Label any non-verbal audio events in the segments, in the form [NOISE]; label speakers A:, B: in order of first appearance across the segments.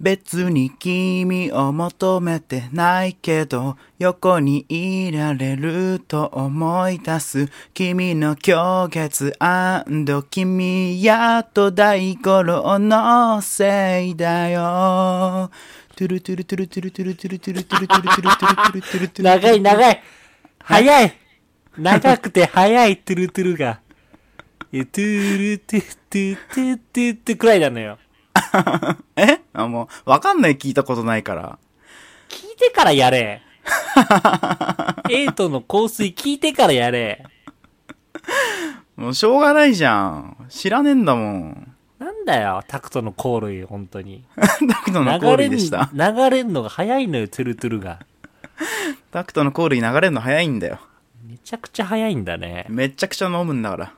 A: 別に君を求めてないけど、横にいられると思い出す。君の狂月君やと大五郎のせいだよ。トゥルトゥルトゥルトゥルトゥルトゥルトゥルトゥルトゥルトゥルトゥルトゥルトゥル
B: 長い長い早い長くて早いトゥルトゥルが。いやトゥルトゥトゥトゥトゥトゥくらいなのよ。
A: えあ、もう、わかんない聞いたことないから。
B: 聞いてからやれ。エイトの香水聞いてからやれ。
A: もうしょうがないじゃん。知らねえんだもん。 [LAUGHS]
B: なんだよ、タクトのコール本当に。
A: タクトのコー
B: 流れ
A: ル
B: ん、
A: でした。
B: 流れんのが早いのよ、トゥルトゥルが。
A: タクトのコールに流れるの早いんだよ。
B: めちゃくちゃ早いんだね。
A: めっちゃくちゃ飲むんだから。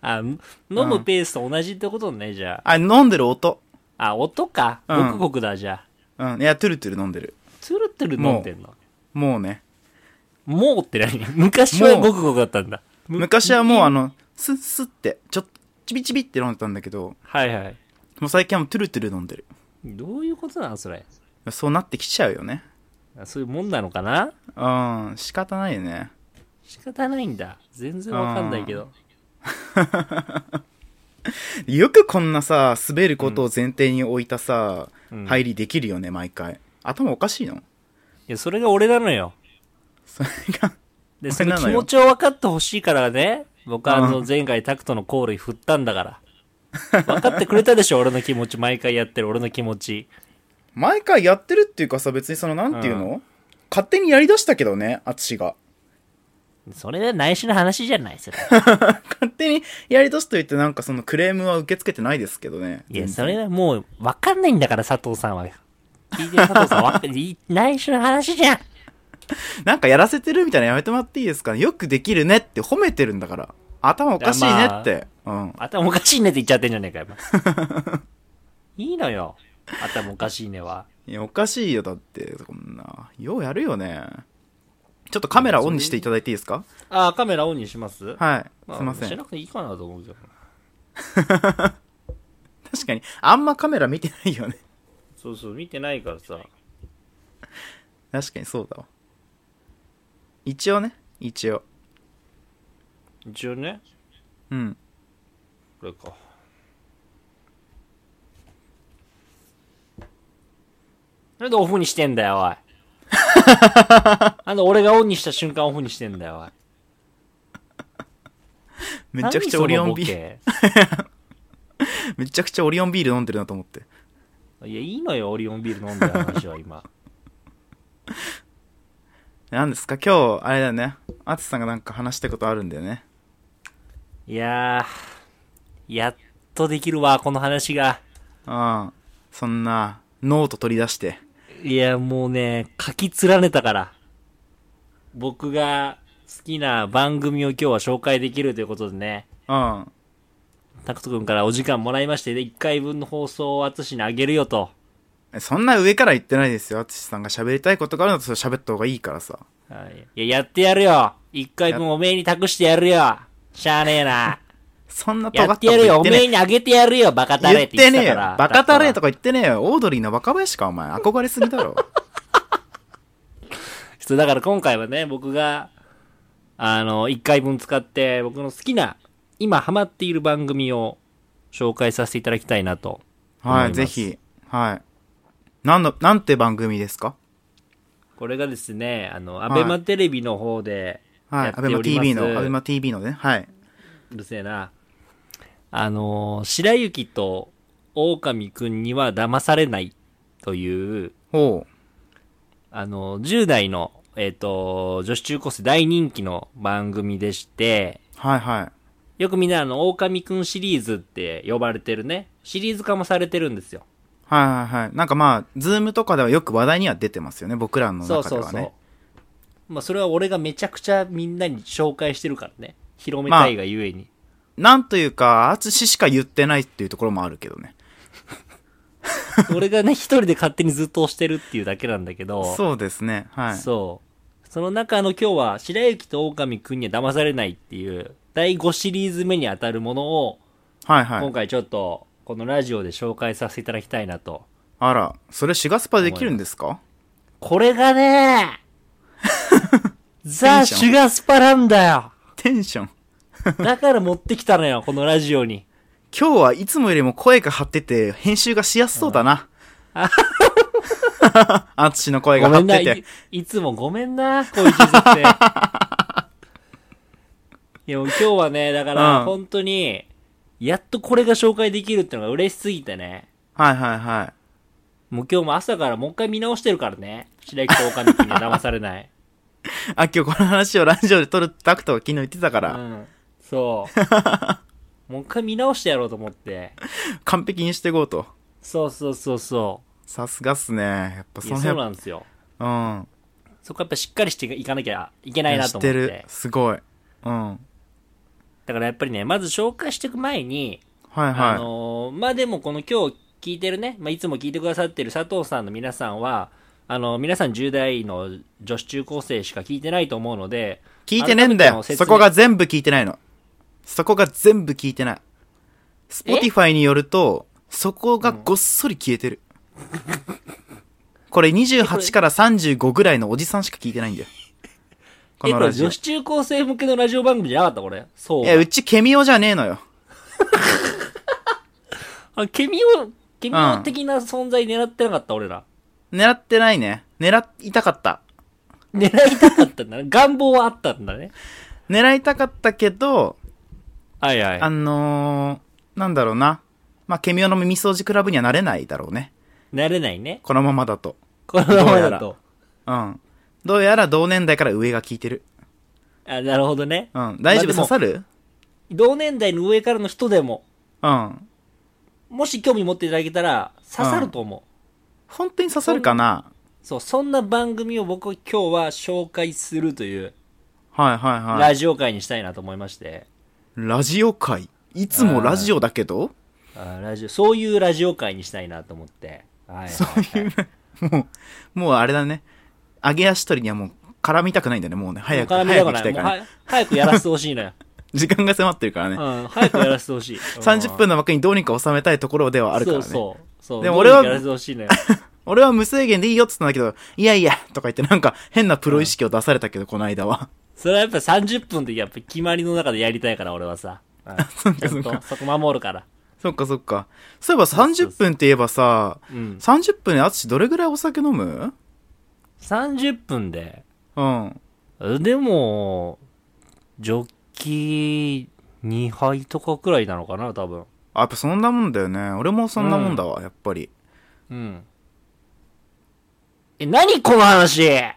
B: あ、飲むペースと同じってことね、じゃ
A: あ、飲んでる音。
B: あ。あ、音か。
A: うん
B: ごくごくだ、じゃあ。
A: うん。いや、トゥルトゥル飲んでる。
B: トゥルトゥル飲んでんの。
A: もうね。
B: もうって何昔は
A: もう
B: ごくごくだったんだ。む
A: 昔はもうあの、スッスッって、ちょっと、チビチビって飲んでたんだけど、
B: はいはい。
A: もう最近はもうトゥルトゥル飲んでる。
B: どういうことなのそれ。
A: そうなってきちゃうよね。
B: あそういうもんなのかな
A: うん、仕方ないよね。
B: 仕方ないんだ。全然わかんないけど。
A: よくこんなさ、滑ることを前提に置いたさ、
B: うん
A: 入りできるよね、毎回。頭おかしいの
B: いや、それが俺なのよ。
A: それが、
B: で、そ
A: 俺
B: の
A: な
B: 気
A: のよ
B: 持ちを分かってほしいからね、僕はあの
A: う
B: 前回タクトのコール振ったんだから。分かってくれたでしょ、俺の気持ち。毎回やってる俺の気持ち。
A: 毎回やってるっていうかさ、別にその、なんていうの、
B: う
A: 勝手にやりだしたけどね、あつしが。
B: それは内緒の話じゃない、 [LAUGHS] それ。
A: 勝手にやりだすと言ってなんかそのクレームは受け付けてないですけどね。
B: いや、
A: 全然
B: それはもう分かんないんだから、佐藤さんは。聞いてる佐藤さん [LAUGHS] わかい内緒の話じゃん。
A: なんかやらせてるみたいなのやめてもらっていいですかねよくできるねって褒めてるんだから。頭おかしいねって。うん。
B: 頭おかしいねって言っちゃってんじゃねえか、今。いいのよ。頭おかしいねは。
A: いや、おかしいよ、だって、こんな。ようやるよね。ちょっとカメラオンにしていただいていいですか
B: あー、カメラオンにします
A: はい。すいませ
B: し
A: ん。
B: なくていいかなと思うけど。
A: 確かに、あんまカメラ見てないよね。
B: そうそう、見てないからさ。
A: 確かにそうだわ。一応ね。一応。
B: 一応ね、
A: うん。
B: これか。なんでオフにしてんだ
A: [LAUGHS]
B: よ、おい。なんで俺がオンにした瞬間オフにしてんだよ、おい。
A: めちゃくちゃオリオンビール、
B: ー
A: めちゃくちゃオリオンビール飲んでるなと思って。
B: ル。いや、いいのよ、オリオンビール飲んだ話は今。
A: 何ですか今日、あれだよね。アツさんがなんか話したいことあるんだよね。
B: いやー、やっとできるわ、この話が。
A: うん。そんな、ノート取り出して。
B: いや、もうね、書き連ねたから。僕が好きな番組を今日は紹介できるということでね。
A: うん。
B: タクト君からお時間もらいまして、で、1回分の放送を淳にあげるよと。
A: そんな上から言ってないですよ。アツシさんが喋りたいことがあるんだとそれ喋った方がいいからさ。
B: はい、いや、やってやるよ。1回分おめえに託してやるよ。しゃあねえな。
A: そんな尖
B: や
A: った
B: っ
A: こ
B: て
A: と
B: やるよ。
A: 言っ
B: お
A: て
B: め
A: ね
B: えにあげてやるよ。バカタレ
A: 言
B: っ
A: って
B: 言
A: て
B: って
A: ねえ
B: た
A: よ
B: から。。
A: バカタレ
B: と
A: とか言ってねえよ。オードリーのバカ林か、お前。憧れすぎだ
B: [LAUGHS]
A: ろ。
B: そう、だから今回はね、僕が、あの、1回分使って、僕の好きな、今ハマっている番組を紹介させていただきたいなと。
A: は
B: 思いま
A: い、
B: す
A: ぜひ。はい。なんの、なんて番組ですか
B: これがですね、あの、ア
A: はい
B: ベマテレビの方で、
A: は
B: や
A: い
B: っ。て
A: ア
B: お
A: ベ
B: り
A: マ
B: ます
A: TV の、アベマ TV のね。はい。
B: うるせえな。あのー、白雪と狼くんには騙されないという、
A: ほう。
B: あのー、10代の、えっ、と、女子中高生大人気の番組でして、
A: はいはい。
B: よくみんなあの、狼くんシリーズって呼ばれてるね。シリーズ化もされてるんですよ。
A: はいはいはい。なんかまあ、ズームとかではよく話題には出てますよね。僕らの
B: そ
A: 中
B: う
A: で
B: そう
A: は
B: そ
A: ね
B: う。。まあ、それは俺がめちゃくちゃみんなに紹介してるからね。広めたいがゆえに。
A: なんというか、アツシしか言ってないっていうところもあるけどね。
B: [LAUGHS] 俺がね、一人で勝手にずっと押してるっていうだけなんだけど。
A: そうですね。はい。
B: そう。その中の今日は、白雪と狼くんには騙されないっていう、第5シリーズ目に当たるものを、
A: はいはい
B: 今。回ちょっと、このラジオで紹介させていただきたいなと
A: あら、それシガスパできるんですか
B: これ
A: [LAUGHS]
B: がね、ザ・シュガスパなんだよ。
A: テンション。
B: だから持ってきたのよ、このラジオ
A: [LAUGHS]
B: に。
A: 今日はいつもよりも声が張ってて、編集がしやすそうだ
B: [LAUGHS]
A: な。あつしの声
B: ご
A: が張
B: めん
A: っ
B: な、
A: て
B: い
A: て。
B: いつもごめんな、こういう
A: [LAUGHS]
B: 傷って。いや、もう今日はね、だから
A: うん
B: 本当に、やっとこれが紹介できるってのが嬉しすぎてね。
A: はいはいはい。
B: もう今日も朝からもう一回見直してるからね。白雪と狼
A: [LAUGHS]
B: 君には騙されない。
A: あ、今日この話をラジオで撮るってタクトが昨日言ってたか
B: う
A: ら、
B: ん。
A: [LAUGHS]
B: そう。もう一回見直してやろうと思って。
A: 完璧にしていこうと。
B: そうそうそうそ
A: さすがっすね。やっぱ
B: う。
A: そ
B: いや
A: の
B: そう
A: 辺、
B: なんですよ。
A: うん。
B: そこやっぱしっかりしていかなきゃいけないな
A: 知
B: と
A: っ
B: 思ってて。
A: る。すごい。うん。はい
B: だからやっぱりね、まず紹介していく前に、あ
A: は
B: のーまあ、でもこの今日聞いてるね、まあ、いつも聞いてくださってる佐藤さんの皆さんは、あの、皆さん10代の女子中高生しか聞いてないと思うので、
A: い。聞いてねえんだ
B: 改めての
A: よ。
B: 説
A: そ
B: 明
A: こが全部聞いてないの。そこが全部聞いてない。Spotify によると、そこがごっそり消えてる。これ28から35ぐらいのおじさんしか聞いてないんだよ。こ
B: え、
A: の
B: こ
A: ラ
B: れ
A: ジオ。
B: 女
A: い
B: 子中高生向けのラジオ番組じゃなかったこれ。そう。
A: や、うちケミオじゃねえのよ。
B: あ、ケミオ、ケミオ的な存在狙ってなかった、俺ら。
A: 狙ってないね。狙いたかった。
B: 狙いたかったんだね。願望はあったんだね。
A: 狙いたかったけど、
B: はいはい。
A: あのー、なんだろうな。まあ、ケミオの耳掃除クラブにはなれないだろうね。
B: なれないね。
A: このままだと。
B: このままだ
A: どう
B: と。
A: うん。どうやら同年代から上が聞いてる。
B: あ、なるほどね。
A: うん。大丈夫、
B: まあで
A: 刺
B: も
A: さる
B: 同年代の上からの人でも、
A: うん。
B: もし興味持っていただけたら、刺さると思う。
A: 本当に刺さるかな
B: そう、そんな番組を僕は今日は紹介するという、
A: はいはいはい。
B: ラジオ会にしたいなと思いまして、
A: ラジオ界。いつもラジオだけど
B: あーラジオ、そういうラジオ会にしたいなと思って、はい、そういう、
A: もう、もうあれだね。揚げ足取りにはもう絡みたくないんだよね。もうね。早く、
B: 絡
A: 早く行
B: みたくな
A: きた
B: い。
A: い
B: も
A: か
B: う
A: ら
B: は
A: ね。
B: い早くやらせてほしいのよ。
A: 時間が迫ってるから
B: う
A: ね。
B: ん、早くやらせ
A: [LAUGHS]
B: てほしい。
A: 30分なわけにどうにか収めたいところではあるからね。
B: そうそう。そう。
A: で
B: で
A: も
B: も
A: 俺
B: 俺
A: は
B: は。やらせてほしい
A: [LAUGHS]
B: のよ。
A: 俺は無制限でいいよって言ったんだけど、いやいや、とか言ってなんか変なプロ意識を出されたけど、この間は。
B: それはやっぱ30分でやっぱ決まりの中でやりたいから、俺はさ。
A: [LAUGHS]
B: うん、ちゃんと、そこ守るから。
A: そっかそっか。そういえば30分って言えばさ、
B: うん。
A: 30分であつしどれぐらいお酒飲む
B: 30分で、
A: うん。
B: でも、ジョッキ2杯とかくらいなのかな、多分。
A: あ、やっぱそんなもんだよね。俺もそんなもんだわ、やっぱり。
B: うん。え、何この [LAUGHS] 話いや、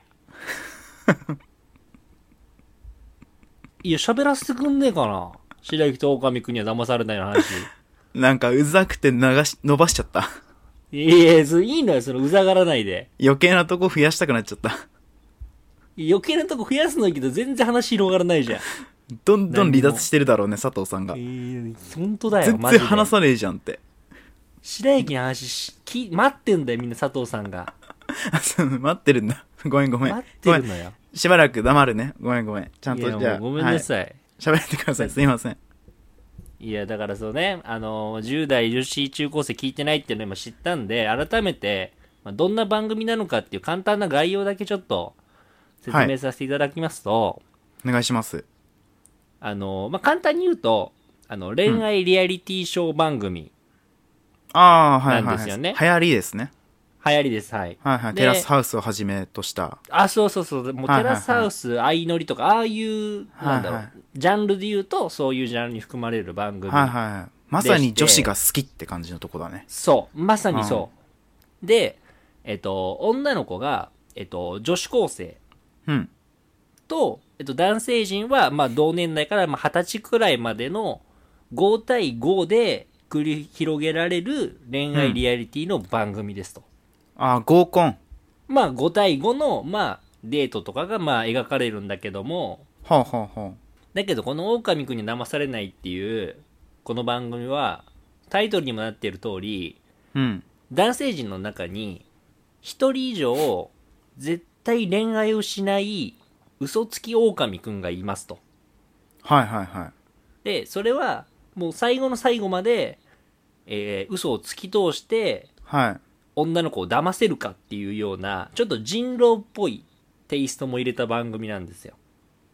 B: 喋らせてくんねえかな白雪と狼くんには騙されないの話。
A: なんかうざくて流し、伸ばしちゃった。
B: [LAUGHS]
A: [LAUGHS]
B: いやいや、それいいのよ、そのうざがらないで。
A: 余計なとこ増やしたくなっちゃった。
B: 余計なとこ増やすのいいけど、全然話広がらないじゃん。
A: どんどん離脱してるだろうね、佐藤さんが
B: え。ー、本当だよ、
A: 全
B: マジ
A: 然
B: で。
A: 話さねえじゃんって。 [LAUGHS]
B: 白雪の話し、き待ってんだよ、みんな佐藤さんが。
A: あそう待ってるんだ。ごめんごめん。
B: 待っ
A: ごめ
B: てる
A: ん。
B: のよ。
A: しばらく黙るね。ごめんごめん。ちゃん
B: い
A: と
B: や
A: じゃあ。
B: もうごめんなさい。
A: はい。喋ってください。すいません。
B: い、や、だからそうね、あの、10代女子中高生聞いてないっていうのを今知ったんで、改めて、まあ、どんな番組なのかっていう簡単な概要だけちょっと説
A: はい
B: 明させていただきますと、
A: お願いします。
B: あの、まあ、簡単に言うと、あの、恋愛リアリティショー番組、
A: ああ、はい
B: な
A: はい、
B: んで
A: は
B: す
A: い。
B: よね
A: 流行りですね。
B: 流行りです、はい。
A: はいはい。
B: で
A: テラスハウスをはじめとした。
B: あ、そうそうそう。もう
A: はいはい
B: テ
A: はい
B: ラスハウス、相乗りとか、ああいう、なんだろう、
A: はいはい
B: ジャンルで言うと、そういうジャンルに含まれる番組。
A: はいはい。まさに女子が好きって感じのとこだね。
B: そう、まさにそう。で、えっと、女の子が、えっと、女子高生
A: うん。
B: と、えっと、男性陣は、まあ、同年代から、まあ、二十歳くらいまでの5対5で繰り広げられる恋愛リアリティの番組ですと。
A: ああ、合コン。
B: まあ、5対5の、まあ、デートとかが、まあ、描かれるんだけども、
A: ほうほうほ
B: だけどこの「狼くんに騙されない」っていうこの番組はタイトルにもなっている通り
A: う。うん。
B: 男性陣の中に一人以上絶対恋愛をしない嘘つき狼くんがいますと
A: はいはいはい。
B: でそれはもう最後の最後まで、えー嘘を突き通して
A: はい。
B: 己女の子を騙せるかっていうような、ちょっと人狼っぽいテイストも入れた番組なんですよ。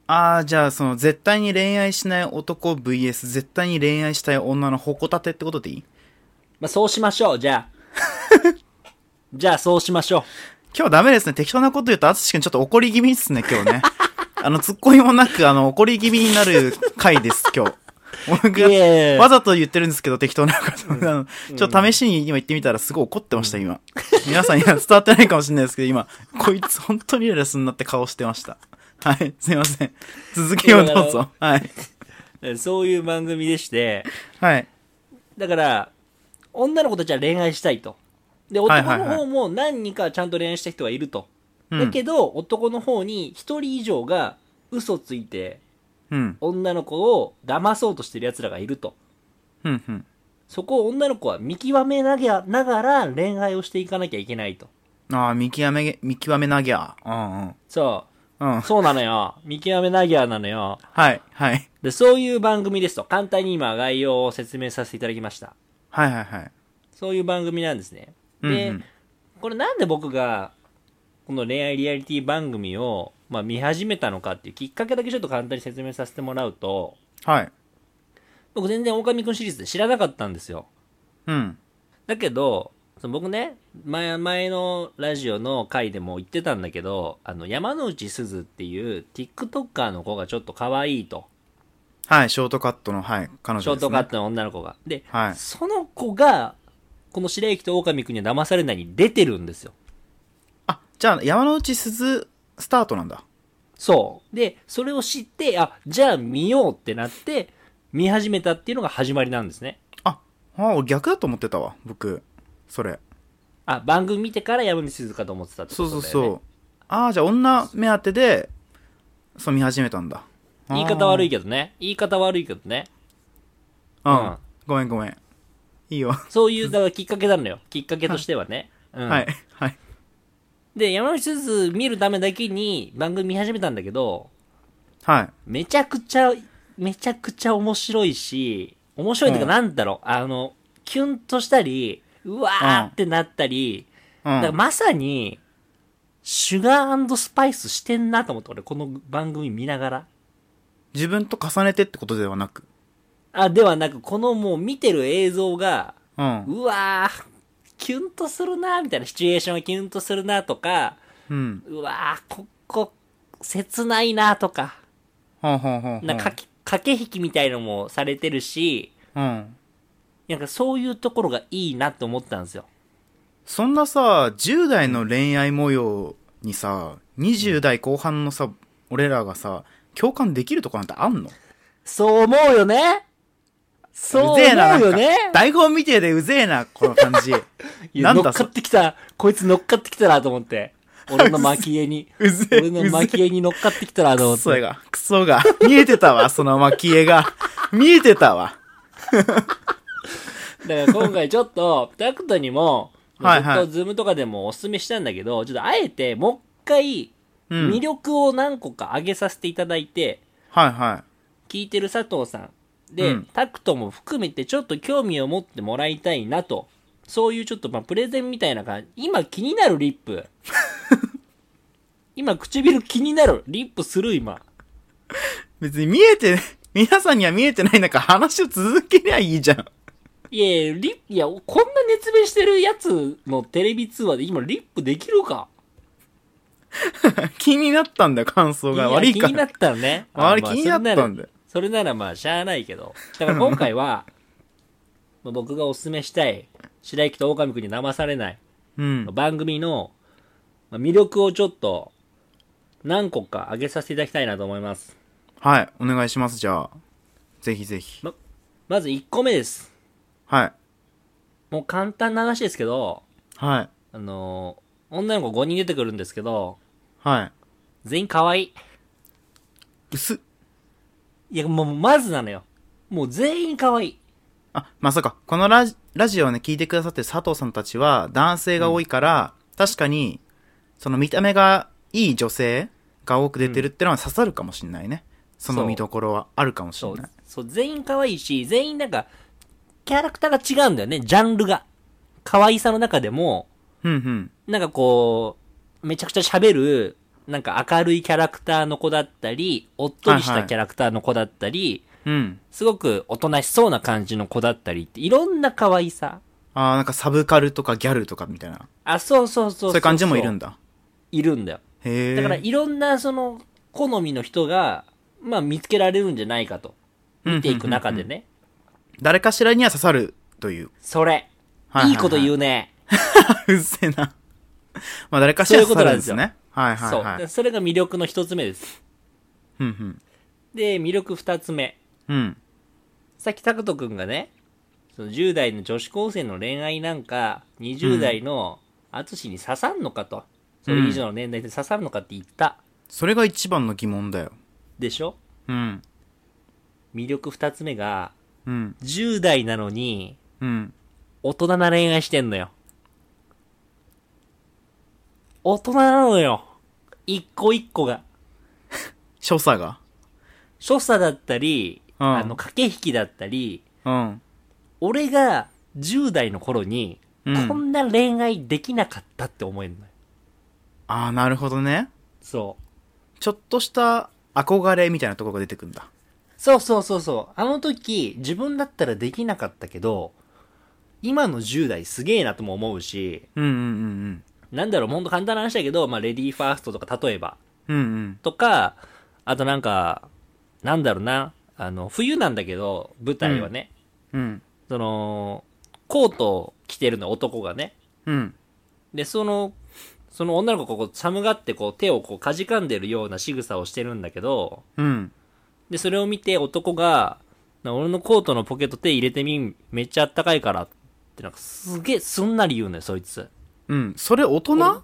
A: ああ、じゃあ、その、絶対に恋愛しない男 VS、絶対に恋愛したい女の矛盾ってことでいい
B: まあ、そうしましょう、じゃあ。じゃあ、そうしましょう。
A: 今日ダメですね。適当なこと言うと、淳君ちょっと怒り気味ですね、今
B: [LAUGHS]
A: 日ね。あの、ツッコミもなく、あの、怒り気味になる回です、今日。僕
B: いえいえ
A: がわざと言ってるんですけど、適当なこと。あのちょっと試しに今言ってみたら、すごい怒ってました、今。皆さんには伝わってないかもしれないですけど、今、こいつ本当にイライラすんなって顔してました。はい、すいません。続きをどうぞ。はい。
B: えそういう番組でして、
A: はい。
B: だから、女の子たちは恋愛したいと。で、
A: はい
B: 男
A: はい
B: の
A: はい
B: 方も何人かちゃんと恋愛した人がいると。
A: う
B: だ
A: ん。
B: けど、男の方に一人以上が嘘ついて、
A: うん。
B: 女の子を騙そうとしてる奴らがいると。
A: うん。うん。
B: そこを女の子は見極めなぎゃながら恋愛をしていかなきゃいけないと。
A: ああ、見極め、見極めなぎゃ。うんうん。
B: そ
A: うん
B: う。。そうなのよ。 [LAUGHS] 見極めなぎゃなのよ。
A: はい、はい。
B: で、そういう番組ですと。簡単に今概要を説明させていただきました。
A: はいはいはい。
B: そういう番組なんですね。
A: うん
B: で、
A: うん
B: これなんで僕が、この恋愛リアリティ番組を、まあ、見始めたのかっていうきっかけだけちょっと簡単に説明させてもらうと、
A: はい。
B: 僕全然狼くんシリーズで知らなかったんですよ。
A: うん。
B: だけど、その僕ね、前、前のラジオの回でも言ってたんだけど、あの、山之内すずっていう TikToker の子がちょっと可愛いと。
A: はい、ショートカットの、はい、彼女です、ね。
B: ショートカットの女の子が。で、
A: はい
B: その子が、この白雪と狼くんには騙されないに出てるんですよ。
A: あ、じゃあ、山之内鈴スタートなんだ。
B: そう。で、それを知って、あ、じゃあ見ようってなって、見始めたっていうのが始まりなんですね。
A: あ、あ俺逆だと思ってたわ、僕。それ。
B: あ、番組見てから山見鈴かと思ってたってこ
A: そう
B: とだ
A: そ
B: よ、
A: う
B: ね。
A: そう。ああ、じゃあ、女目当てで、そう見始めたんだ。
B: 言い方悪
A: い。
B: いけどね。言い方悪いけどね。
A: うん。
B: うん
A: ごめんごめん。いいよ。
B: そういう、だからきっかけなのよ。きっかけとしてはね。うん、
A: はい、はい。
B: で、山見鈴見るためだけに番組見始めたんだけど、
A: はい。
B: めちゃくちゃ、めちゃくちゃ面白いし、面白いっていうかなんだろう、あの、キュンとしたり、うわーってなったり、
A: う
B: だから
A: ん。
B: まさに、シュガースパイスしてんなと思って、俺、この番組見ながら。
A: 自分と重ねてってことではなく。
B: あ、ではなく、このもう見てる映像が、
A: うん。
B: うわー、キュンとするなみたいな、シチュエーションがキュンとするなとか、
A: うん。
B: うわー、ここ、切ないなとか、
A: ほんほんほんほん。
B: なんか駆け、駆け引きみたいのもされてるし、
A: うん。
B: なんかそういうところがいいなって思ったんですよ。
A: そんなさ、10代の恋愛模様にさ、20代後半のさ、俺らがさ、共感できるとこなんてあんの
B: そう思うよねそう思う
A: ぜえな、なん
B: よ
A: か
B: ね。
A: 台本見てでうぜえな、この感じ。
B: いや
A: なん
B: 乗
A: だ
B: っか
A: そ
B: ってきた、こいつ乗っかってきたなと
A: [LAUGHS]
B: 思って。俺の巻き絵に。
A: うぜえ
B: 俺の巻き絵に乗っかってきたなと思
A: ク
B: っ
A: ソ
B: て。
A: が、クソが。見えてたわ、その蒔絵が。見えてたわ。
B: だから今回ちょっと、タクトにも、ず
A: はい
B: っ
A: はい
B: とズームとかでもおすすめしたんだけど、ちょっとあえて、もう一回、
A: うん
B: 魅力を何個か上げさせていただいて、
A: はいは
B: 聞いてる佐藤さん。で、
A: うん
B: タクトも含めてちょっと興味を持ってもらいたいなと。そういうちょっとまあプレゼンみたいな感じ。今気になるリ
A: [LAUGHS]
B: ップ。今唇気になる。リップする今。
A: い。別に見えて、皆さんには見えてない中、話を続けりゃいいじゃん。
B: いやいや、リいや、こんな熱弁してるやつのテレビ通話で今リップできるか
A: 気になったんだよ、感想が。悪
B: や
A: いか
B: 気に
A: ら
B: なっ。たのね。
A: あれ
B: ま
A: 気になったんだよ
B: それならそれならまあ、しゃあないけど。だから今回は、 [LAUGHS] まあ僕がおすすめしたい、白雪と狼くんに騙されない、
A: うん。
B: 番組のまあ魅力をちょっと、何個か上げさせていただきたいなと思います。
A: はい、お願いします、じゃあ。ぜひぜひ。
B: まず1個目です。
A: はい。
B: もう簡単な話ですけど、
A: はい。
B: あのー女の子5人出てくるんですけど、
A: はい。
B: 全員可愛い。
A: 薄っ。
B: いや、もう、まずなのよ。もう全員可愛い。
A: あ、まあ、そうか。このラジラジオをね、聞いてくださってる佐藤さんたちは、男性が多いから、確かに、その見た目がいい女性が多く出てるってのは刺さるかもしんないね。その見どころはあるかもし
B: そ
A: ん
B: う
A: ない。。
B: そう、全員可愛いし、全員なんか、キャラクターが違うんだよね、ジャンルが。可愛さの中でも、
A: ううんうん。
B: なんかこう、めちゃくちゃ喋る、なんか明るいキャラクターの子だったり、おっとりし
A: はい
B: た
A: はい
B: キャラクターの子だったり、
A: うん。
B: すごくおとなしそうな感じの子だったりって、いろんな可愛さ。
A: ああ、なんかサブカルとかギャルとかみたいな。
B: あ、そうそうそうそ
A: そう
B: う。
A: いう感じもいるん
B: だ。
A: だ。
B: いるんだよ。
A: へえ。
B: だからいろんなその、好みの人が、まあ見つけられるんじゃないかと。見ていく中でね。
A: 誰かしらには刺さるという。
B: それ。
A: はいい
B: いこと言うね。
A: うっせえな。まあ誰かしらには刺さるんです
B: そういう
A: ね。はいはい
B: そう。
A: はい。
B: それが魅力の一つ目です。
A: うん
B: で、魅力二つ目。
A: うん。うん。
B: さっき拓人くんがね、その10代の女子高生の恋愛なんか、20代の淳に刺さんのかと。それ以上の年代で刺さんのかって言った。
A: それが一番の疑問だよ。
B: でしょ
A: うん。
B: 魅力二つ目が、
A: うん。
B: 10代なのに、
A: うん。
B: 大人な恋愛してんのよ。大人なのよ。一個一個が。
A: 所作が。
B: 所作だったり、
A: うん
B: あの、駆け引きだったり、
A: うん。
B: 俺が10代の頃に、
A: うん
B: こんな恋愛できなかったって思えるのよ。
A: ああ、なるほどね。
B: そう。
A: ちょっとした憧れみたいなところが出てくんだ。
B: そうそうそうそう。あの時、自分だったらできなかったけど、今の10代すげえなとも思うし、
A: うんうんうん
B: なんだろう、ほんと簡単な話だけど、まあ、レディーファーストとか、例えば、
A: うん。うんうん。
B: とか、あとなんか、なんだろうな、あの、冬なんだけど、舞台はね、
A: うん。
B: その、コートを着てるの、男がね。
A: うん。
B: で、その、その女の子がこう、寒がってこう、手をこう、かじかんでるような仕草をしてるんだけど、
A: うん。
B: で、それを見て男が、な俺のコートのポケット手入れてみん、めっちゃあったかいからって、なんかすげえすんなり言うのよ、そいつ。
A: うん。それ大人ちょっ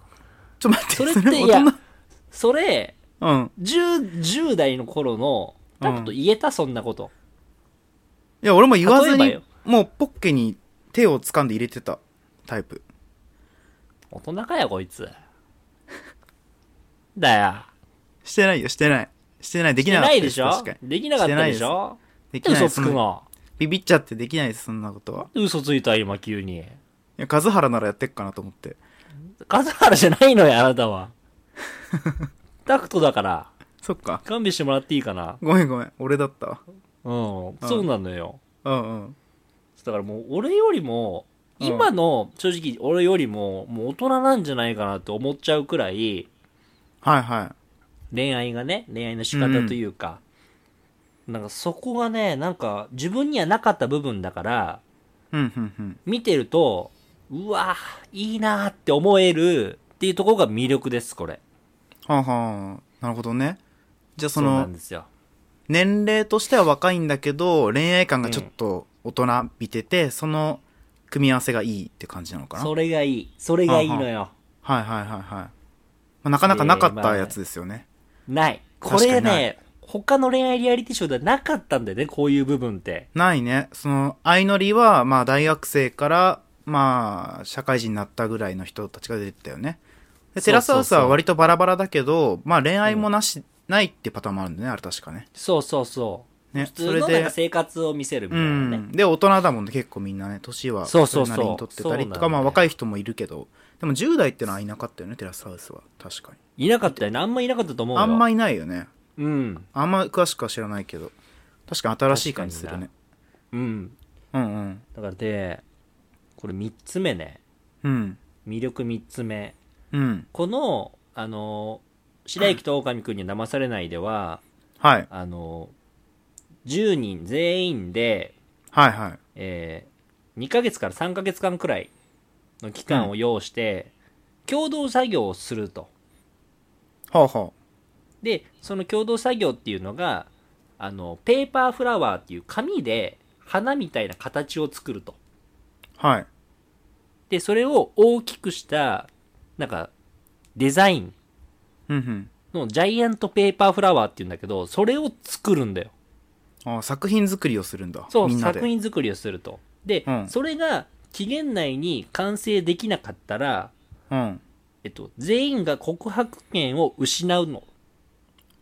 A: と待って、
B: それって、いや
A: 大人、
B: それ、
A: うん。
B: 10、10代の頃の、タクト言えた、そんなこと。
A: いや、俺も言わず
B: 例えば
A: に
B: よ、
A: もうポッケに手を掴んで入れてたタイプ。
B: 大人かよ、こいつ。だよ。
A: してないよ、してない。してない、でき
B: で
A: なかった
B: ないでしょ
A: 確かに。
B: できなかったでしょ
A: できない
B: 嘘
A: で
B: つ
A: す。
B: く
A: そんな
B: の。
A: ビビっちゃってできないです、そんなことは。
B: 嘘ついた、今、急に。
A: いや、数原ならやってっかなと思って。
B: 笠原じゃないのよ、あな
A: [LAUGHS]
B: たは。タクトだから、
A: そっか。
B: 勘弁してもらっていいかな。
A: ごめんごめん。俺だったわ。
B: うん、そうなのよ。
A: うんうん。
B: だからもう、俺よりも、
A: うん
B: 今の、正直、俺よりも、もう大人なんじゃないかなって思っちゃうくらい、
A: はいは
B: 恋愛がね、恋愛の仕方というか、なんかそこがね、なんか自分にはなかった部分だから、
A: い。うんうんうん。
B: 見てると、うわいいなーって思えるっていうところが魅力です、これ。
A: はあはあ。なるほどね。じゃあそ
B: そうなん
A: の、
B: ですよ。
A: 年齢としては若いんだけど、恋愛感がちょっと大人びてて、その組み合わせがいいって感じなのかな。
B: それがいい。それがいいのよ。
A: はいはいはいはい。まあ、なかなかなかったやつですよね。
B: ない。こ
A: 確かにな
B: れ
A: い
B: ね、他の恋愛リアリティショーではなかったんだよね、こういう部分って。
A: ないね。その、相乗りは、まあ大学生から、まあ、社会人になったぐらいの人たちが出てたよね。で、
B: そうそうそう
A: テラスハウスは割とバラバラだけど、まあ恋愛もなし、ないってパターンもあるんだね、あれ確かね。
B: そうそうそう。
A: ね
B: 普通の
A: それ
B: な
A: で
B: んか生活を見せるみ
A: う
B: たいなね。
A: ん。で、大人だもんね、結構みんなね、年は。
B: そうそうそう
A: れなりに取ってたりと
B: そうな
A: か、
B: んだ
A: ま
B: よ
A: あ若い人もいるけど、でも10代ってのはいなかったよね、テラスハウスは。確かに。
B: いなかったよね。あんまいなかったと思うよ。
A: あんまいないよね。
B: うん。
A: あんま詳しくは知らないけど。確かに新しい感じするね。
B: うん。
A: うんうん。
B: だからで、これ3つ目ね。
A: うん。
B: 魅力3つ目。
A: うん。
B: この、あの、白雪と狼くんには騙されないでは、
A: はい。
B: あの、10人全員で、
A: はいはい。
B: え2ヶ月から3ヶ月間くらいの期間を要して、共同作業をすると。
A: ほうほ
B: で、その共同作業っていうのが、あの、ペーパーフラワーっていう紙で花みたいな形を作ると。
A: う。はい。
B: で、それを大きくした、なんか、デザイン
A: うん
B: のジャイアントペーパーフラワーっていうんだけど、それを作るんだよ。
A: うん。あ作品作りをするんだ。
B: そう、
A: みんなで。
B: 作品作りをすると。で、
A: うん
B: それが期限内に完成できなかったら、
A: うん。
B: えっと、全員が告白権を失うの。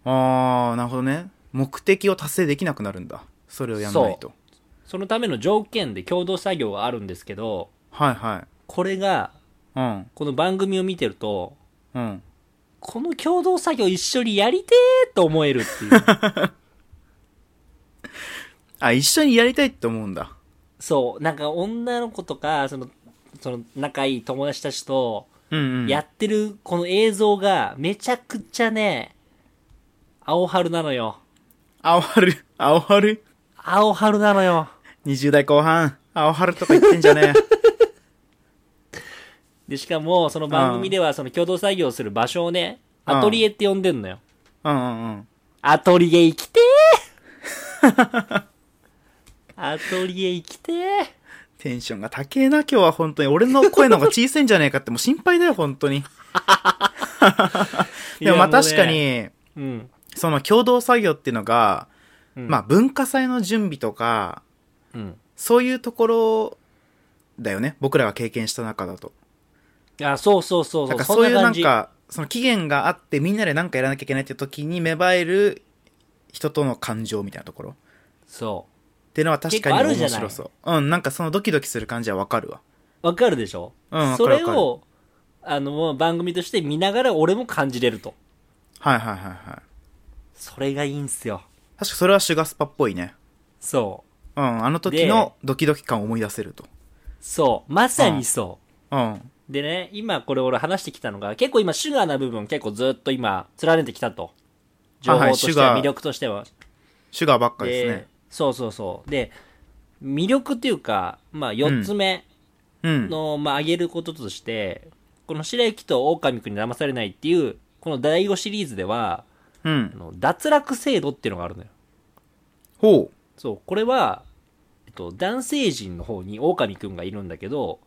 A: ああ、なるほどね。目的を達成できなくなるんだ。それをやんないと。
B: そのための条件で共同作業があるんですけど、
A: はいはい。
B: これが
A: うん。
B: この番組を見てると、
A: うん。
B: この共同作業一緒にやりてーと思えるって
A: [LAUGHS]
B: いう。
A: あ、一緒にやりたいって思うんだ。
B: そう、なんか女の子とか、その、その仲いい友達たちと、
A: うん、うん。
B: やってるこの映像がめちゃくちゃね、青春なのよ。
A: 青春、青春。
B: 青春なのよ。
A: 20代後半、青春とか言ってんじゃ
B: [LAUGHS]
A: ねえ。
B: で、しかも、その番組では、その共同作業する場所をね、
A: うん
B: アトリエって呼んでんのよ。
A: うんうんうん。
B: アトリエ行きてー [LAUGHS] アトリエ行きてー
A: テンションが高えな、今日は本当に。俺の声の方が小さいんじゃねえかって、もう心配だよ、本当
B: [LAUGHS]
A: に。でもまあ
B: いやうね
A: 確かに、
B: うん。
A: その共同作業っていうのが、
B: うん
A: まあ文化祭の準備とか、
B: うん。
A: そういうところだよね。僕らが経験した中だと。
B: あ、そうそうそう
A: だか
B: そう。
A: らそういうなん
B: じ
A: か、その期限があってみんなでなんかやらなきゃいけないっていう時に芽生える人との感情みたいなところ。っ
B: そ
A: ていうのは確か
B: 結構あ
A: に
B: るじ
A: 面
B: ゃない
A: 白そう。うん、なんかそのドキドキする感じはわかるわ。
B: う。わかるでしょ
A: うんわか
B: そ
A: る
B: れを、あの、もう番組として見ながら俺も感じれると。
A: はいはいはいはい。
B: それがいいんすよ。
A: 確かそれはシュガスパっぽいね。
B: そ
A: うん、あの時のドキドキ感を思い出せると。
B: う。そう。まさにそう。
A: うん。
B: でね、今これ俺話してきたのが、結構今シュガーな部分結構ずっと今、貫いてきたと。情報として
A: あは
B: は、
A: いシュガー
B: 魅力としては。
A: シュガーばっかです
B: で
A: ね。、
B: そうそうそう。で、魅力っていうか、まあ4つ目
A: うん。
B: の、まあ挙げることとして、この白雪と狼くんに騙されないっていう、この第5シリーズでは、
A: う
B: あ
A: ん。
B: の脱落制度っていうのがあるのよ。
A: ほう。
B: そう、これは、えっと、男性陣の方に狼くんがいるんだけど、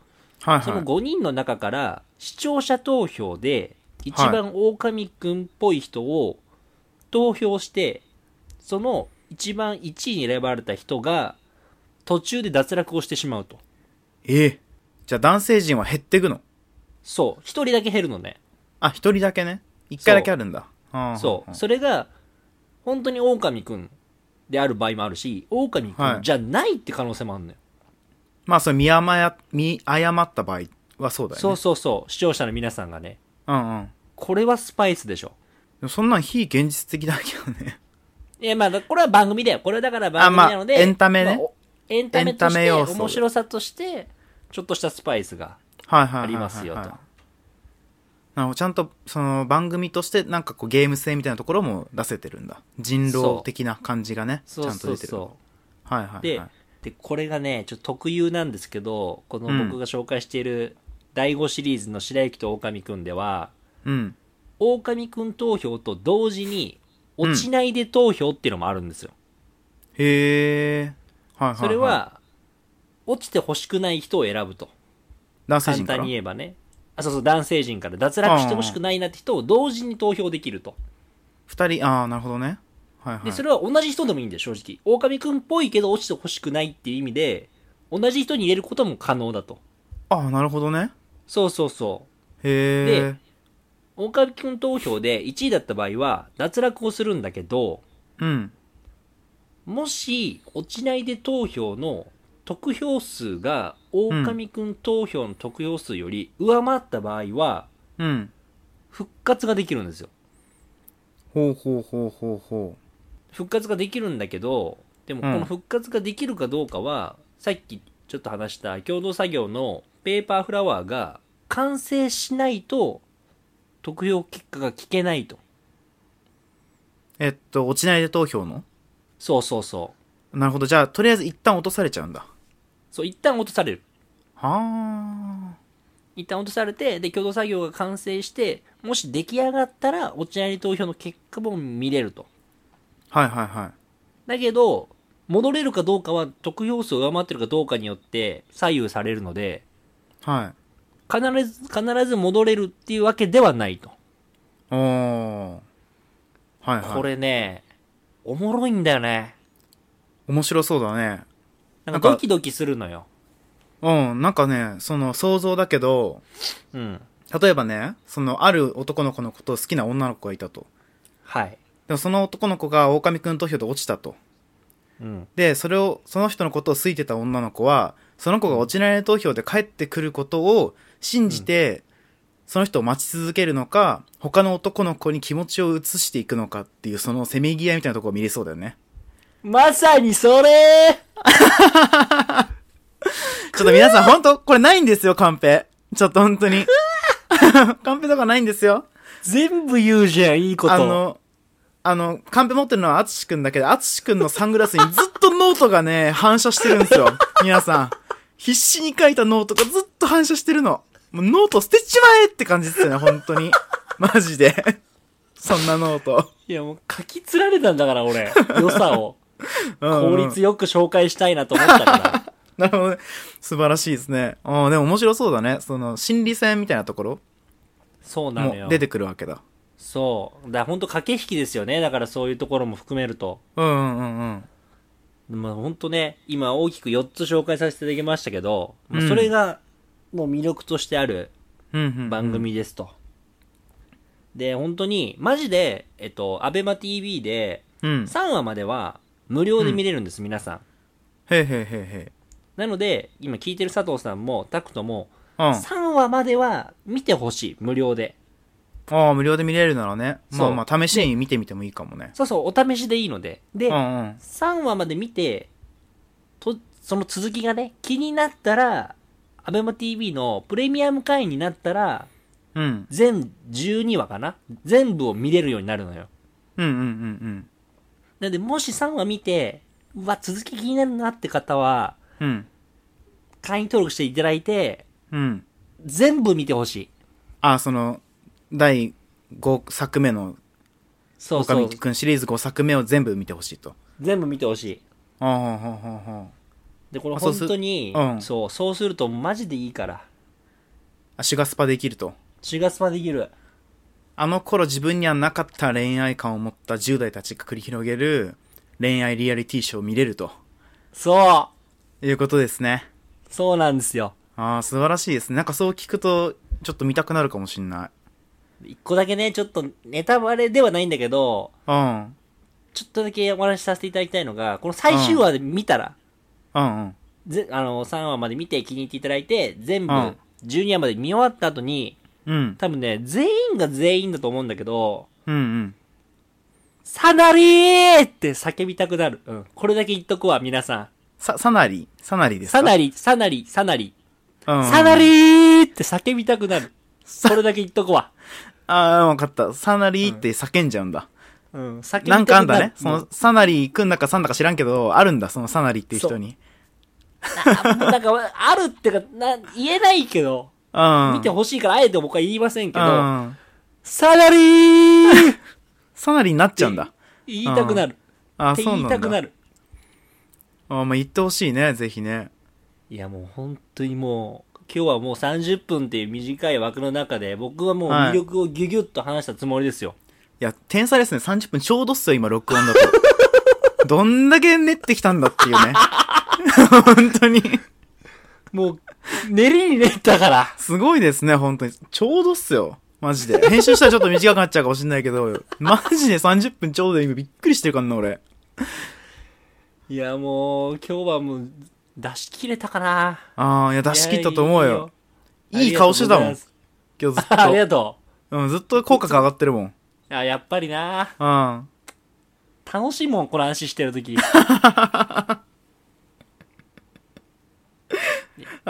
A: はい
B: そ
A: は
B: の
A: い。
B: 5人の中から視聴者投票で一番狼くんっぽい人を投票して、その一番1位に選ばれた人が途中で脱落をしてしまうと。
A: ええ。じゃあ男性陣は減ってくの
B: そう。一人だけ減るのね。
A: あ、一人だけね。一回だけあるんだ。あー
B: そう。それが、本当に狼くんである場合もあるし、狼く
A: は
B: ん
A: い
B: じゃないって可能性もあるのよ。
A: まあ、それ見誤や、見誤った場合はそうだよね。
B: そうそうそう。視聴者の皆さんがね、
A: うんうん。
B: これはスパイスでしょ。
A: でもそんなん非現実的だけどね。
B: いや、まあ、これは番組だよ。これはだから番
A: あ、
B: 組
A: ま
B: なの
A: あ、
B: で。
A: エンタメ
B: ま
A: ね
B: あ。おエンタメ
A: エンタ
B: とし
A: メ
B: て、
A: 要素
B: 面白さとして、ちょっとしたスパイスが
A: はいはいはいはいはい。
B: ありますよと。
A: なるほどちゃんと、その、番組として、なんかこう、ゲーム性みたいなところも出せてるんだ。人狼的な感じがね、ち
B: そ
A: ゃ
B: うん
A: と
B: そう
A: 出てる。
B: そ
A: はいはいは
B: う。
A: い。
B: で、で、これがね、ちょっと特有なんですけど、この
A: うん
B: 僕が紹介している第5シリーズの白雪と狼くんでは、
A: うん。
B: 狼くん投票と同時に、落ちないで投票っていうのもあるんですよ。
A: へえ。はいはい、はい。
B: それ、は、落ちてほしくない人を選ぶと。
A: 男性
B: 簡
A: 陣か
B: 単
A: ら。
B: に言えばね。あ、そうそう、男性陣から脱落してほしくないなって人を同時に投票できると。
A: 二人、ああ、なるほどね。はいはい。
B: で、それは同じ人でもいいんだよ、正直。狼くんっぽいけど落ちてほしくないっていう意味で、同じ人に入れることも可能だと。
A: ああ、なるほどね。
B: そうそうそ
A: へえ。
B: う。狼くん投票で1位だった場合は、脱落をするんだけど、
A: うん。
B: もし、落ちないで投票の得票数が、狼くん投票の得票数より上回った場合は、
A: うん。
B: 復活ができるんですよ。
A: ほうほうほうほうほ
B: 復活ができるんだけど、でもこ
A: うん
B: の復活ができるかどうかは、さっきちょっと話した共同作業のペーパーフラワーが完成しないと、得票結果が聞けないと。
A: う。えっと、落ちないで投票の
B: そうそうそう。
A: なるほど。じゃあ、とりあえず一旦落とされちゃうんだ。
B: そう、一旦落とされる。
A: はあ。
B: 一旦落とされて、で、共同作業が完成して、もし出来上がったら、落ちないで投票の結果も見れると。
A: はいはいはい。
B: だけど、戻れるかどうかは、得票数を上回ってるかどうかによって左右されるので、
A: はい。
B: 必ず、必ず戻れるっていうわけではないと。
A: おー。はいはい。
B: これね、おもろいんだよね。
A: 面白そうだね。な
B: な
A: んんか
B: かドキドキするのよ。
A: うん、なんかね、その想像だけど、
B: うん。
A: 例えばね、そのある男の子のことを好きな女の子がいたと。
B: はい。
A: でもその男の子が狼くん投票で落ちたと。
B: うん。
A: で、それを、その人のことを好いてた女の子は、その子が落ちられ投票で帰ってくることを信じて、その人を待ち続けるのか、他の男の子に気持ちを移していくのかっていう、そのせめぎ合いみたいなところ見れそうだよね。
B: まさにそれ
A: ちょっと皆さん、ほんと、これないんですよ、カンペ。ちょっと本当に。 [LAUGHS] カンペとかないんですよ。
B: 全部言うじゃん、いいこと。
A: あの、あの、カンペ持ってるのはアツシくんだけど、アツシくんのサングラスにずっとノートがね、反射してるんですよ。皆さん。必死に書いたノートがずっと反射してるの。もうノート捨てちまえって感じですよね、本当に。マジで。そんなノート。
B: いや、もう書きつられたんだか
A: [LAUGHS]
B: ら、俺。良さを。
A: うんうん
B: 効率よく紹介したいなと思った
A: [LAUGHS]
B: から。
A: なるほどね。素晴らしいですね。ああ、でも面白そうだね。その、心理戦みたいなところ
B: そうなのよ
A: も。出てくるわけだ。
B: そう。だから本当駆け引きですよね。だからそういうところも含めると。
A: うんうんうんうん。
B: まあ本当ね、今大きく4つ紹介させていただきましたけど、まあ
A: うん
B: それがもう魅力としてある
A: うんうんうん
B: 番。組ですと。で、本当に、マジで、えっと、アベマ TV で
A: うん。
B: 3話までは無料で見れるんです、皆さん。
A: へいへいへいへい。
B: なので、今聞いてる佐藤さんもタクトも、
A: うん。あ
B: 3話までは見てほしい、無料で。
A: あ、無料で見れるならね。ま
B: そ
A: あ
B: う
A: まあ、試しに見てみてもいいかもね。
B: そうそう、お試しでいいので。で、
A: うんうん。
B: 3話まで見て、と、その続きがね、気になったら、アベマ TV のプレミアム会員になったら、
A: うん。
B: 全12話かな全部を見れるようになるのよ。
A: うんうんうん
B: なんで、もし3話見て、うわ、続き気になるなって方は、
A: うん。うん。
B: 会員登録していただいて、
A: うん。
B: 全部見てほしい。
A: ああ、その、第5作目の、
B: そう
A: 岡
B: そう
A: み。くんシリーズ5作目を全部見てほしいと。
B: 全部見てほしい。
A: ああ、ほうほうほうほう。
B: で、これ
A: あそう
B: 本
A: す
B: 当に、
A: うん
B: そう、そうするとマジでいいから。
A: あ、シュガスパできると。
B: 4月までできる。
A: あの頃自分にはなかった恋愛感を持った10代たちが繰り広げる恋愛リアリティショーを見れると
B: そ
A: いうことですね。
B: うそうなんですよ。
A: ああ、素晴らしいですね。なんかそう聞くと、ちょっと見たくなるかもしんない。
B: 一個だけね、ちょっとネタバレではないんだけど、
A: うん。
B: ちょっとだけお話しさせていただきたいのが、この最終話で見たら、
A: うんうん。
B: ぜあの、3話まで見て気に入っていただいて、全部
A: うん
B: 12話まで見終わった後に、
A: うん。
B: 多分ね、全員が全員だと思うんだけど、
A: うんうん。
B: サナリーって叫びたくなる。うん。これだけ言っとくわ、皆さ
A: さ、さなりさなりで
B: ん。
A: すか
B: サナリ、サナリ、サナリ。
A: うんうん
B: サナリーって叫びたくなる。これだけ言っとくわ。
A: ああ、わかった。さなりって叫んじゃうんだ。
B: うん。叫びたくなる。
A: なんかあんだね。そ
B: も
A: の
B: う、
A: さなりくんだかさんだか知らんけど、あるんだ、そのさなりっていう人に。
B: あなんか、あるってか、な、言えないけど、
A: うん。
B: 見てほしいから、あえて僕は言いませんけ
A: う
B: ど、
A: ん。
B: サナリー
A: さなりになっちゃうんだ。
B: 言いたくなる。
A: ああ、
B: って
A: そう
B: 言
A: なん
B: い
A: だ。
B: たくなる。
A: ああ、まあ、言ってほしいね、ぜひね。
B: いやもう本当にもう、今日はもう30分っていう短い枠の中で、僕はもう
A: はい
B: 魅力をギュギュッと話したつもりですよ。
A: いや、天才ですね。30分ちょうどっすよ、今、録音だと。
B: [LAUGHS]
A: どんだけ練ってきたんだっていうね。本当に。
B: もう、練りに練ったから。
A: すごいですね、本当に。ちょうどっすよ。マジで。編集したらちょっと短くなっちゃうかもしんないけど、マジで30分ちょうどで今びっくりしてるからな、俺。
B: いやもう、今日はもう、出し切れたかな。
A: ああ、いや、出し切ったと思うよ。
B: いや。
A: いい顔してたも
B: あり
A: ん。今日ずっ
B: がとうございますあり
A: と。
B: がと
A: うん、ずっと口角上がってるもん。
B: う。あ、やっぱりな。
A: うん。
B: 楽しいもん、この話してるとき。い
A: あ、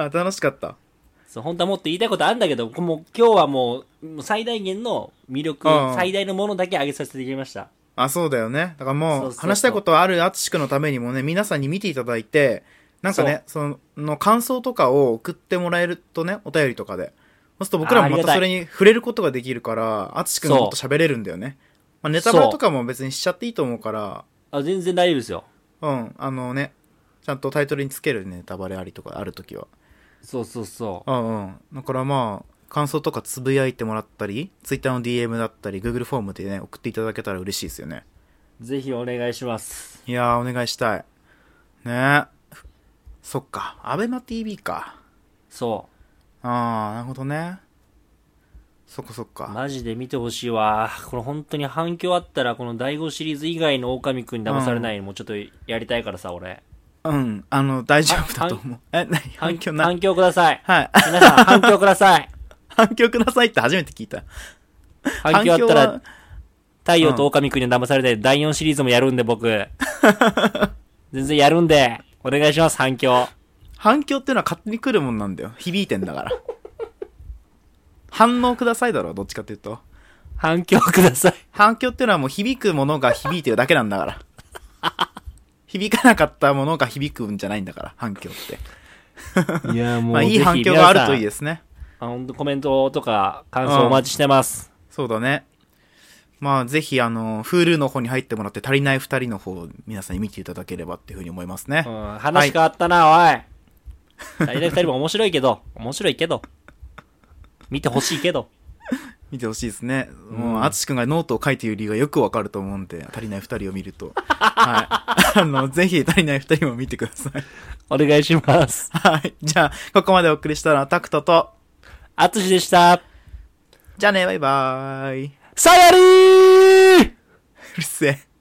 A: 楽しかった。
B: [LAUGHS] そう本当はもっと言いたいことあるんだけど、もう今日はもう、もう最大限の魅力、
A: うん
B: 最大のものだけ上げさせていただきました。
A: あ、そうだよね。だから
B: そう
A: もう、
B: そうそう
A: 話したいことはある淳くんのためにもね、皆さんに見ていただいて、なんかね、その感想とかを送ってもらえるとね、お便りとかで。そうすると僕ら
B: ああ
A: も
B: り
A: また
B: がたい
A: それに触れることができるから、淳くんがもっと喋れるんだよね。まあ、ネタバレとかも別にしちゃっていいと思うから、
B: あ全然大丈夫ですよ。
A: うん、あのね、ちゃんとタイトルにつけるネタバレありとかあるときは。
B: そうそうそう。
A: うんうん。だからまあ、感想とかつぶやいてもらったり、Twitter の DM だったり、Google フォームでね、送っていただけたら嬉しいですよね。
B: ぜひお願いします。
A: いやー、お願いしたい。ねえ。そっか。アベマ TV か。
B: そ
A: あー、なるほどね。そっかそっ
B: う。
A: か。
B: マジで見てほしいわ。これ本当に反響あったら、この第5シリーズ以外の狼くんに騙されないのもちょっとやりたいからさ、俺。
A: うん、あの、大丈夫だと思う。え、何反響ない。
B: 反響ください。
A: はい。 [LAUGHS]
B: 皆さん、反響ください。
A: 反響くださいって初めて聞いた。
B: 反響あった
A: 反
B: ら
A: は、
B: 太陽と狼くんに騙されて、第4シリーズもやるんで、
A: [LAUGHS]
B: 僕。全然やるんで、お願いします、反響。
A: 反響っていうのは勝手に来るもんなんだよ。響いてんだから。 [LAUGHS] 反応くださいだろ、どっちかっていうと。
B: 反響ください。
A: 反響っていうのはもう響くものが響いてるだけなんだから。 [LAUGHS] 響かなかったものが響くんじゃないんだから、反響って。
B: いや、も
A: まあ、いい反響があるといいですね。
B: あ本当コメントとか感想お待ちしてます。
A: そうだね。まあ、ぜひ、あの、Hulu の方に入ってもらって、足りない二人の方を皆さんに見ていただければっていうふうに思いますね
B: う。ん、話変わったな、おい。大体二人も面白いけど、面白いけど。見てほしいけど。
A: 見てほしいですね。
B: う
A: もう、
B: ん
A: あつしくんがノートを書いている理由がよくわかると思うんで、足りない二人を見る
B: [LAUGHS]
A: と。はい。あの、ぜひ、足りない二人も見てください。 [LAUGHS]
B: お願いします。
A: はい。じゃあ、ここまでお送りしたのはタクトと、
B: あつしでした。
A: じゃあね、バイバーイ。う
B: さよなら
A: るせえ。